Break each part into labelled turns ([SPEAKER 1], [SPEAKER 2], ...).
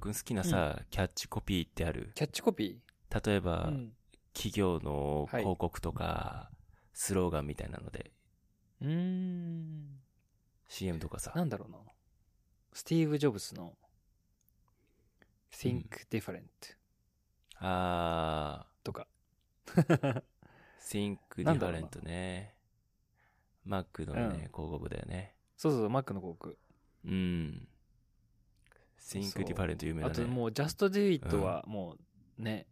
[SPEAKER 1] くん好きなさ、キャッチコピーってある
[SPEAKER 2] キャッチコピ
[SPEAKER 1] 例え
[SPEAKER 2] ー、
[SPEAKER 1] ば、
[SPEAKER 2] うん、
[SPEAKER 1] 企業の
[SPEAKER 2] はい
[SPEAKER 1] 広告とか、スローガンみたいなので、
[SPEAKER 2] うーん
[SPEAKER 1] CM とかさ。
[SPEAKER 2] なんだろうな。スティーブ・ジョブスの
[SPEAKER 1] うん
[SPEAKER 2] Think Different
[SPEAKER 1] あ
[SPEAKER 2] と か。
[SPEAKER 1] ー、Think
[SPEAKER 2] なんだろうな
[SPEAKER 1] Different ね。マックのね、
[SPEAKER 2] うん
[SPEAKER 1] 広告だよね。
[SPEAKER 2] そうそうそう、Mac の広告。
[SPEAKER 1] うん。
[SPEAKER 2] そう
[SPEAKER 1] Think Different 有名だ
[SPEAKER 2] あ
[SPEAKER 1] ね。
[SPEAKER 2] ともう Just Do It はもうね、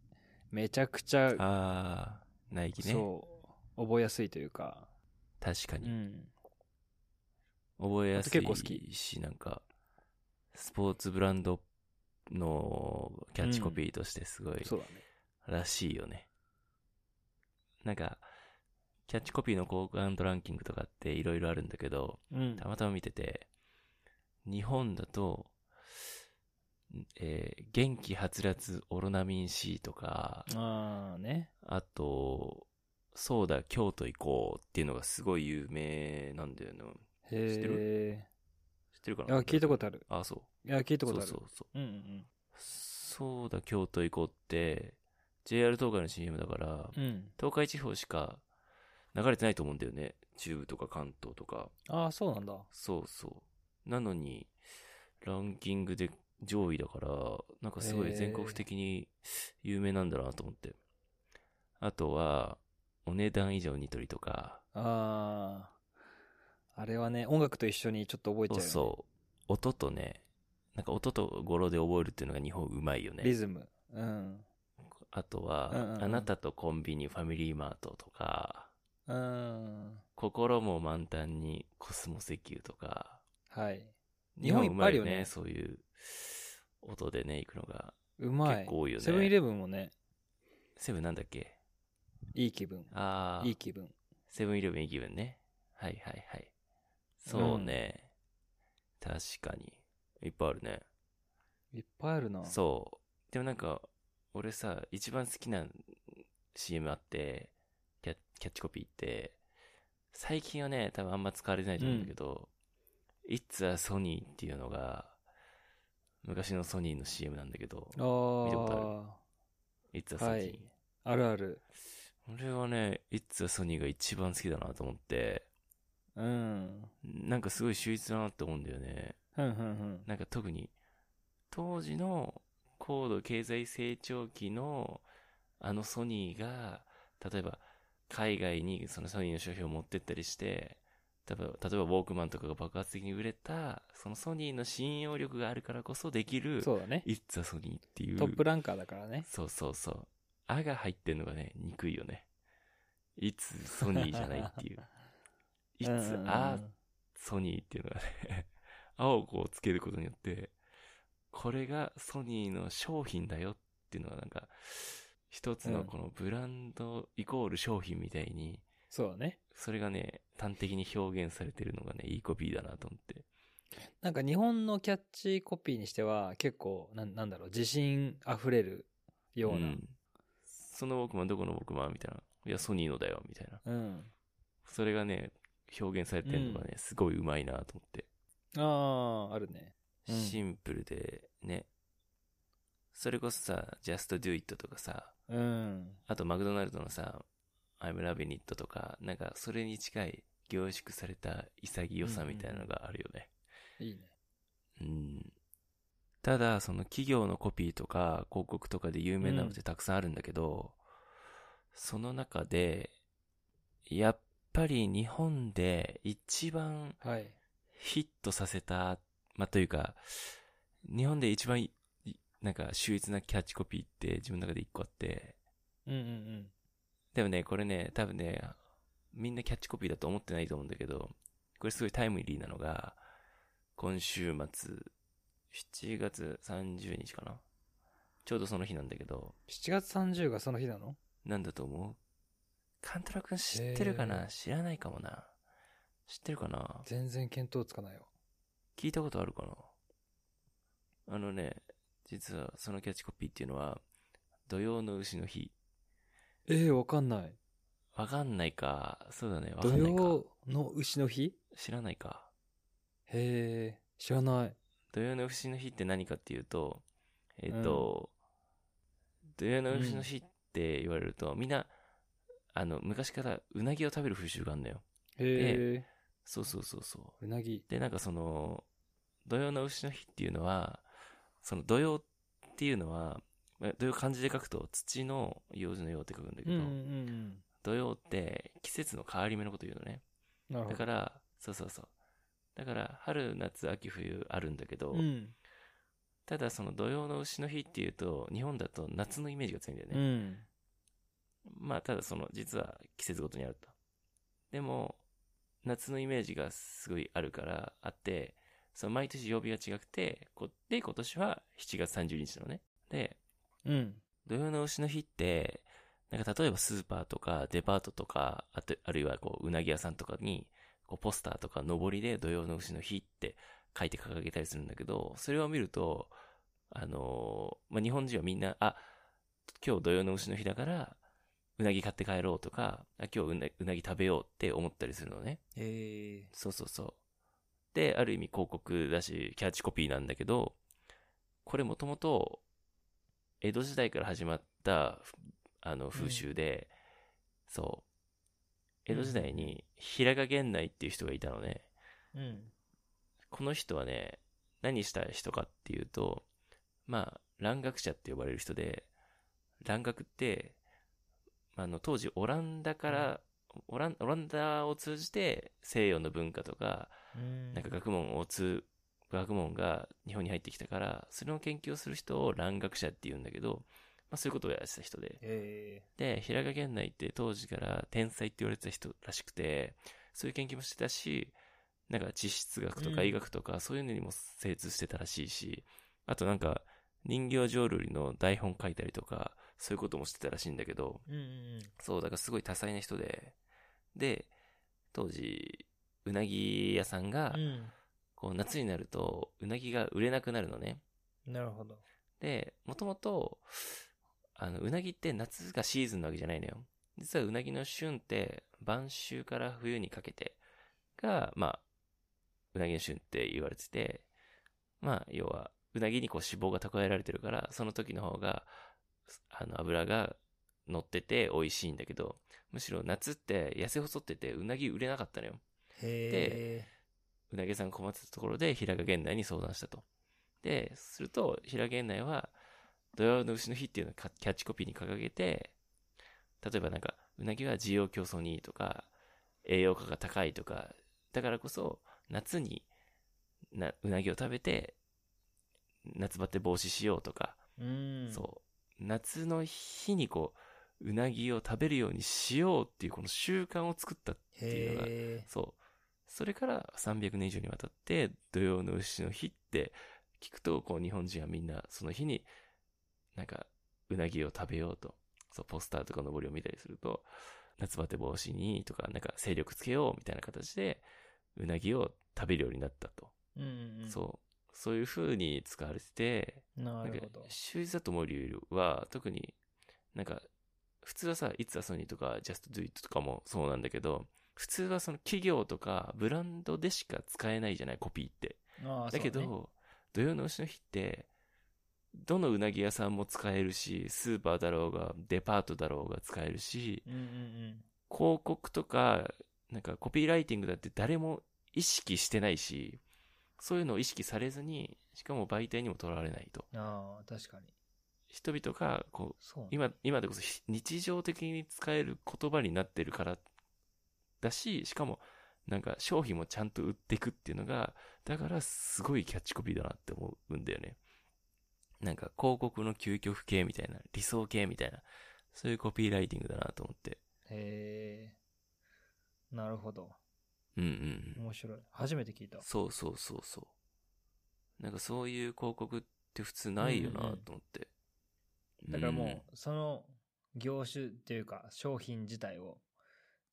[SPEAKER 2] めちゃくちゃ、
[SPEAKER 1] あー、ナイキね。
[SPEAKER 2] そう、覚えやすいというか。
[SPEAKER 1] 確か
[SPEAKER 2] う
[SPEAKER 1] に。
[SPEAKER 2] ん。
[SPEAKER 1] 覚えやす
[SPEAKER 2] あと結構好
[SPEAKER 1] い
[SPEAKER 2] き
[SPEAKER 1] し、なんか、スポーツブランドのキャッチコピーとしてすごい
[SPEAKER 2] そうだね。
[SPEAKER 1] らしいよね。なんか、キャッチコピーの好感度ランキングとかっていろいろあるんだけど、
[SPEAKER 2] うん。
[SPEAKER 1] たまたま見てて、日本だと、んえー元気はつらつオロナミン C とか、
[SPEAKER 2] ああね。
[SPEAKER 1] あと、そうだ、京都行こうっていうのがすごい有名なんだよね。知って
[SPEAKER 2] へ
[SPEAKER 1] 知ってるか
[SPEAKER 2] え。
[SPEAKER 1] な
[SPEAKER 2] あ、聞いたことある。
[SPEAKER 1] あ、そう。
[SPEAKER 2] いや、聞いた
[SPEAKER 1] そ
[SPEAKER 2] こ
[SPEAKER 1] う
[SPEAKER 2] とある。
[SPEAKER 1] そうそう。
[SPEAKER 2] うんうん
[SPEAKER 1] そうだ、京都行こうって、JR 東海の CM だから、
[SPEAKER 2] うん。うん。
[SPEAKER 1] 東海地方しか流れてないと思うんだよね。中部とか関東とか。
[SPEAKER 2] ああ、そうなんだ。
[SPEAKER 1] そうそう。なのに、ランキングで上位だから、なんかすご
[SPEAKER 2] へ
[SPEAKER 1] い
[SPEAKER 2] ー
[SPEAKER 1] 全国的に有名なんだなと思って。あとは、お値段以上にとりとか、
[SPEAKER 2] ああ。あれはね、音楽と一緒にちょっと覚えち
[SPEAKER 1] そ
[SPEAKER 2] ゃ
[SPEAKER 1] う
[SPEAKER 2] う,、
[SPEAKER 1] そう、音とね、なんか音と語呂で覚えるっていうのが日本うまいよね。
[SPEAKER 2] リズム。うん。
[SPEAKER 1] あと
[SPEAKER 2] うんうん
[SPEAKER 1] は、
[SPEAKER 2] うん
[SPEAKER 1] あなたとコンビニ、ファミリーマートとか、
[SPEAKER 2] うん。
[SPEAKER 1] 心も満タンにコスモ石油とか、
[SPEAKER 2] はい。
[SPEAKER 1] 日本う
[SPEAKER 2] 日本いっぱい
[SPEAKER 1] ま
[SPEAKER 2] あ
[SPEAKER 1] い
[SPEAKER 2] る
[SPEAKER 1] よ
[SPEAKER 2] よね
[SPEAKER 1] ね、そういう音でね、行くのが。
[SPEAKER 2] うまい。
[SPEAKER 1] 結構多いよね
[SPEAKER 2] セブンイレブンもね、
[SPEAKER 1] セブンなんだっけ
[SPEAKER 2] いい気分。
[SPEAKER 1] ああ、
[SPEAKER 2] いい気分。
[SPEAKER 1] セブンイレブンいい気分ね。はいはいはい。そうね。確かに。いっぱいあるね。
[SPEAKER 2] いっぱいあるな。
[SPEAKER 1] そう。でもなんか、俺さ、一番好きな CM あって、キャキャッチコピーって、最近はね、多分あんま使われてないと思うんだけど、It's a Sony っていうのが、昔のソニーの CM なんだけど、
[SPEAKER 2] ああ。
[SPEAKER 1] 見たこ It's a Sony、
[SPEAKER 2] はいあるある。
[SPEAKER 1] 俺はね、It's a Sony が一番好きだなと思って、
[SPEAKER 2] うん。
[SPEAKER 1] なんかすごい秀逸だなって思うんだよね。
[SPEAKER 2] ふんふんふん。
[SPEAKER 1] なんか特に、当時の高度経済成長期のあのソニーが、例えば海外にそのソニーの商品を持ってったりして、例えば、例えばウォークマンとかが爆発的に売れた、そのソニーの信用力があるからこそできる、
[SPEAKER 2] そうだね。
[SPEAKER 1] いつはソニーっていう。
[SPEAKER 2] トップランカーだからね。
[SPEAKER 1] そうそうそう。あが入ってんのがね、憎いよね。いつソニーじゃないって いう。いつ
[SPEAKER 2] うんうんうん
[SPEAKER 1] あソニーっていうのがね、 青をこうつけることによって、これがソニーの商品だよっていうのはなんか、一つ
[SPEAKER 2] う
[SPEAKER 1] の
[SPEAKER 2] ん
[SPEAKER 1] このブランドイコール商品みたいに、
[SPEAKER 2] そうだね。
[SPEAKER 1] それがね、端的に表現されてるのがね、いいコピーだなと思って。
[SPEAKER 2] なんか日本のキャッチコピーにしては結構なんなんだろう自信あふれるような、
[SPEAKER 1] んその僕もどこの僕もみたいな。いや、ソニーのだよ、みたいな。
[SPEAKER 2] うん
[SPEAKER 1] それがね、表現されてるのがね、すごいうまいなと思って。
[SPEAKER 2] あああるねうん
[SPEAKER 1] シンプルでね、それこそさ、Just Do It とかさ、
[SPEAKER 2] うん
[SPEAKER 1] あとマクドナルドのさ、I'm loving it とか、なんかそれに近い凝縮された潔さみたいなのがあるよね。
[SPEAKER 2] いいね
[SPEAKER 1] うん。ただ、その企業のコピーとか広告とかで有名なのってたくさんあるんだけど、その中で、やっぱり日本で一番
[SPEAKER 2] はい
[SPEAKER 1] ヒットさせた、まあ、というか、日本で一番い、いなんか、秀逸なキャッチコピーって自分の中で一個あって、
[SPEAKER 2] うんうん
[SPEAKER 1] でもね、これね、多分ね、みんなキャッチコピーだと思ってないと思うんだけど、これすごいタイムリーなのが、今週末、7月30日かなちょうどその日なんだけど、
[SPEAKER 2] 7月30がその日なの
[SPEAKER 1] なんだと思うカントラ君知ってるか
[SPEAKER 2] へ
[SPEAKER 1] な
[SPEAKER 2] ー
[SPEAKER 1] 知らないかもな。知ってるかな
[SPEAKER 2] 全然見当つかないわ
[SPEAKER 1] 聞いたことあるかなあのね、実はそのキャッチコピーっていうのは、土曜の牛の日。
[SPEAKER 2] えー、わかんない
[SPEAKER 1] わかんないか。そうだね、わか
[SPEAKER 2] 土
[SPEAKER 1] んないか。
[SPEAKER 2] 曜の牛の日
[SPEAKER 1] 知らないか。
[SPEAKER 2] へえ知らない
[SPEAKER 1] 土曜の牛の日って何かっていうと、えっ、と、土用の丑の日って言われると、みんな、あの、昔からうなぎを食べる風習があるんだよ。
[SPEAKER 2] へえ。
[SPEAKER 1] そうそうそうそう
[SPEAKER 2] なぎ。
[SPEAKER 1] う。で、なんかその、土用の丑の日っていうのは、その土用っていうのは、まあ土用漢字で書くと土の用事の用って書くんだけど、
[SPEAKER 2] うんうんうん
[SPEAKER 1] 土用って季節の変わり目のこと言うのね。
[SPEAKER 2] うん。なるほ
[SPEAKER 1] だ
[SPEAKER 2] ど。
[SPEAKER 1] から、そうそうそう。だから、春、夏、秋、冬あるんだけど、
[SPEAKER 2] うん。
[SPEAKER 1] ただその土用の丑の日っていうと、日本だと夏のイメージが強いんだよ
[SPEAKER 2] う
[SPEAKER 1] ね。
[SPEAKER 2] ん。
[SPEAKER 1] まあ、ただその、実は季節ごとにあると。でも、夏のイメージがすごいあるから、あって、その毎年曜日が違くて、こで、今年は7月30日なのね。で、
[SPEAKER 2] うん。
[SPEAKER 1] 土曜の丑の日って、なんか例えばスーパーとかデパートとか、あと、あるいはこう、うなぎ屋さんとかに、こう、ポスターとか上りで土曜の丑の日って書いて掲げたりするんだけど、それを見ると、あのーまあ、日本人はみんな、あ、今日土曜の丑の日だから、うなぎ買って帰ろうとか、あ今日うなうなぎ食べようって思ったりするのね。
[SPEAKER 2] へえ。
[SPEAKER 1] そうそうそう。で、ある意味広告だし、キャッチコピーなんだけど、これもともと、江戸時代から始まった、ふあの、風習で、そう。江戸時代に、平賀源内っていう人がいたのね。
[SPEAKER 2] うん。
[SPEAKER 1] この人はね、何した人かっていうと、まあ、蘭学者って呼ばれる人で、蘭学って、あの、当時オランダから、オランオランダを通じて西洋の文化とか、なんか学問を通、学問が日本に入ってきたから、それの研究をする人を蘭学者って言うんだけど、まあそういうことをやってた人で。
[SPEAKER 2] へ
[SPEAKER 1] で、平賀源内って当時から天才って言われてた人らしくて、そういう研究もしてたし、なんか地質学と
[SPEAKER 2] う
[SPEAKER 1] か
[SPEAKER 2] ん
[SPEAKER 1] 医学とかそういうのにも精通してたらしいし、あとなんか人形浄瑠璃の台本書いたりとか、そういうこともしてたらしいんだけど、
[SPEAKER 2] え。うんうん
[SPEAKER 1] そう、だからすごい多彩な人で、で、当時、うなぎ屋さんが、
[SPEAKER 2] うん。
[SPEAKER 1] こう夏になると、うなぎが売れなくなるのね。
[SPEAKER 2] うん。なるほど。
[SPEAKER 1] で、もともと、あの、うなぎって夏がシーズンなわけじゃないのよ。実はうなぎの旬って、晩秋から冬にかけてが、まあ、うなぎの旬って言われてて、まあ、要は、うなぎにこう脂肪が蓄えられてるから、その時の方が、あの、脂が乗ってて美味しいんだけど、むしろ夏って痩せ細っててうなぎ売れなかったのよ。
[SPEAKER 2] へえ。
[SPEAKER 1] うなぎ屋さんが困ってたところで、平賀源内に相談したと。で、すると、平賀源内は、土曜の牛の日っていうのをかキャッチコピーに掲げて、例えばなんか、うなぎは需要競争にいいとか、栄養価が高いとか、だからこそ、夏にな、うなぎを食べて、夏バテ防止しようとか、
[SPEAKER 2] うん。
[SPEAKER 1] そう、夏の日にこう、うなぎを食べるようにしようっていうこの習慣を作ったっていうのが
[SPEAKER 2] へえ。
[SPEAKER 1] そう。それから300年以上にわたって、土曜の丑の日って聞くと、こう日本人はみんなその日に、なんか、うなぎを食べようと。そう、ポスターとかのぼりを見たりすると、夏バテ防止にとか、なんか勢力つけようみたいな形で、うなぎを食べるようになったと。
[SPEAKER 2] うんうんうん。
[SPEAKER 1] そう。そういう風に使われてて、
[SPEAKER 2] な
[SPEAKER 1] なん
[SPEAKER 2] る
[SPEAKER 1] か
[SPEAKER 2] ほど。、
[SPEAKER 1] 秀逸だと思う理由は、特になんか、普通はさ、It's a Sony とか Just Do It とかもそうなんだけど、普通はその企業とかブランドでしか使えないじゃない、コピーって。
[SPEAKER 2] ああ
[SPEAKER 1] だけど、、土曜の丑の日って、どのうなぎ屋さんも使えるし、スーパーだろうが、デパートだろうが使えるし、
[SPEAKER 2] そうねうんうん
[SPEAKER 1] 広告とか、なんかコピーライティングだって誰も意識してないし、そういうのを意識されずに、しかも媒体にもとらわれないと。
[SPEAKER 2] うん。ああ、確かに。
[SPEAKER 1] 人々が、こう、
[SPEAKER 2] そうね。
[SPEAKER 1] 今、今でこそひ日常的に使える言葉になってるからだし、しかも、なんか商品もちゃんと売っていくっていうのが、だからすごいキャッチコピーだなって思うんだよね。なんか広告の究極系みたいな、理想系みたいな、そういうコピーライティングだなと思って。
[SPEAKER 2] へえ。なるほど。
[SPEAKER 1] うんうんうん。
[SPEAKER 2] 面白い。初めて聞いた。
[SPEAKER 1] そうそうそうそう。なんかそういう広告って普通ないよなと思って。
[SPEAKER 2] だから
[SPEAKER 1] ん
[SPEAKER 2] もう、その業種っていうか、商品自体を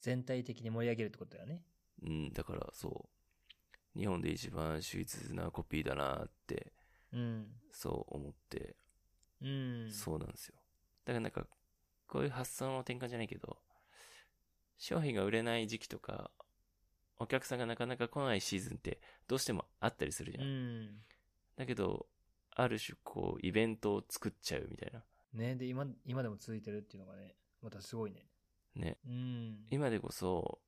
[SPEAKER 2] 全体的に盛り上げるってことだよね。
[SPEAKER 1] うん、だからそう。日本で一番秀逸なコピーだなって、
[SPEAKER 2] うん。
[SPEAKER 1] そう思って、
[SPEAKER 2] うん。
[SPEAKER 1] そうなんですよ。だからなんか、こういう発想の転換じゃないけど、商品が売れない時期とか、お客さんがなかなか来ないシーズンってどうしてもあったりするじゃ。
[SPEAKER 2] うんん。
[SPEAKER 1] だけど、ある種こう、イベントを作っちゃうみたいな。
[SPEAKER 2] ね、で、今、今でも続いてるっていうのがね、またすごいね。
[SPEAKER 1] ね。
[SPEAKER 2] うん。
[SPEAKER 1] 今でこそ、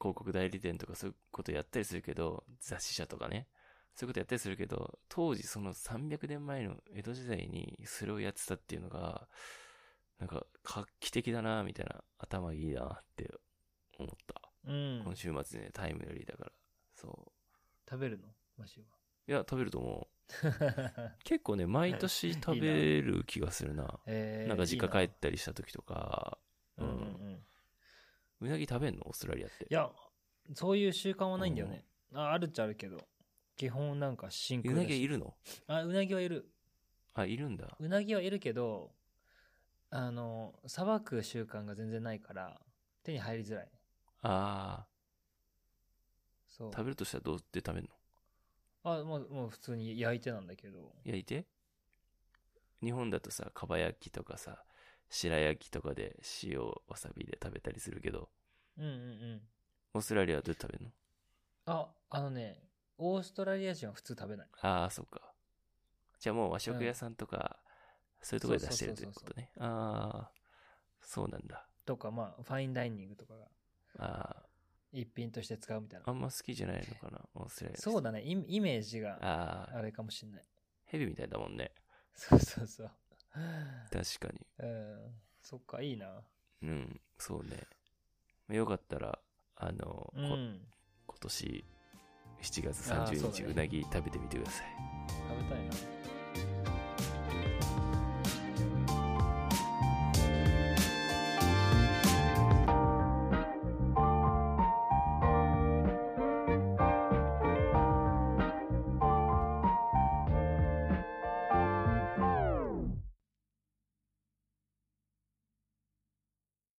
[SPEAKER 1] 広告代理店とかそういうことやったりするけど、雑誌社とかね。そういうことやったりするけど、当時その300年前の江戸時代にそれをやってたっていうのが、なんか画期的だなみたいな、頭いいなって思った。
[SPEAKER 2] うん
[SPEAKER 1] 今。週末ね、タイムよりだから。そ
[SPEAKER 2] 食べるのマシ
[SPEAKER 1] う。いや、食べると思う。
[SPEAKER 2] は。
[SPEAKER 1] 結構ね、毎年食べる気がするな。
[SPEAKER 2] えー
[SPEAKER 1] なんか実
[SPEAKER 2] い
[SPEAKER 1] 家
[SPEAKER 2] い
[SPEAKER 1] 帰ったりした時とか、
[SPEAKER 2] なうんうんう
[SPEAKER 1] うん
[SPEAKER 2] ん。
[SPEAKER 1] うなぎ食べんのオーストラリアって。
[SPEAKER 2] いや、そういう習慣はないんだよね。あ、あるっちゃあるけど。基本なんか真
[SPEAKER 1] う
[SPEAKER 2] 空だ
[SPEAKER 1] な
[SPEAKER 2] し
[SPEAKER 1] ぎいるの
[SPEAKER 2] あ、うなぎはいる。
[SPEAKER 1] あ、いるんだ。
[SPEAKER 2] うなぎはいるけど、あの、さばく習慣が全然ないから、手に入りづらい。
[SPEAKER 1] あ
[SPEAKER 2] そう
[SPEAKER 1] あ、。食べるとしたらどうやって食べるの
[SPEAKER 2] あ、もう、もう普通に焼いてなんだけど。
[SPEAKER 1] 焼いて日本だとさ、かば焼きとかさ、白焼きとかで塩、わさびで食べたりするけど、
[SPEAKER 2] うんうんうん。
[SPEAKER 1] オーストラリアはどうやって食べるの
[SPEAKER 2] あ、あのね、オーストラリア人は普通食べない。
[SPEAKER 1] ああ、そっか。じゃあもう和食屋さんとか、そういうところで出してるということね。ああ、そうなんだ。
[SPEAKER 2] とか、まあ、ファインダイニングとかが
[SPEAKER 1] あ
[SPEAKER 2] 一品として使うみたい
[SPEAKER 1] あ、あ
[SPEAKER 2] な。
[SPEAKER 1] んま好きじゃないのかな、オーストラリア。
[SPEAKER 2] そうだね、イイメージが
[SPEAKER 1] ああ
[SPEAKER 2] あ、れかもしんない。
[SPEAKER 1] ヘビみたいだもんね。
[SPEAKER 2] そうそうそう。
[SPEAKER 1] 確かに。
[SPEAKER 2] うん、そっか、いいな。
[SPEAKER 1] うん、そうね。よかったら、あの、こ
[SPEAKER 2] うん、
[SPEAKER 1] 今年7月
[SPEAKER 2] あーそう
[SPEAKER 1] 30
[SPEAKER 2] だ
[SPEAKER 1] 日、
[SPEAKER 2] ね
[SPEAKER 1] うなぎ食べてみてください。
[SPEAKER 2] 食べたいな。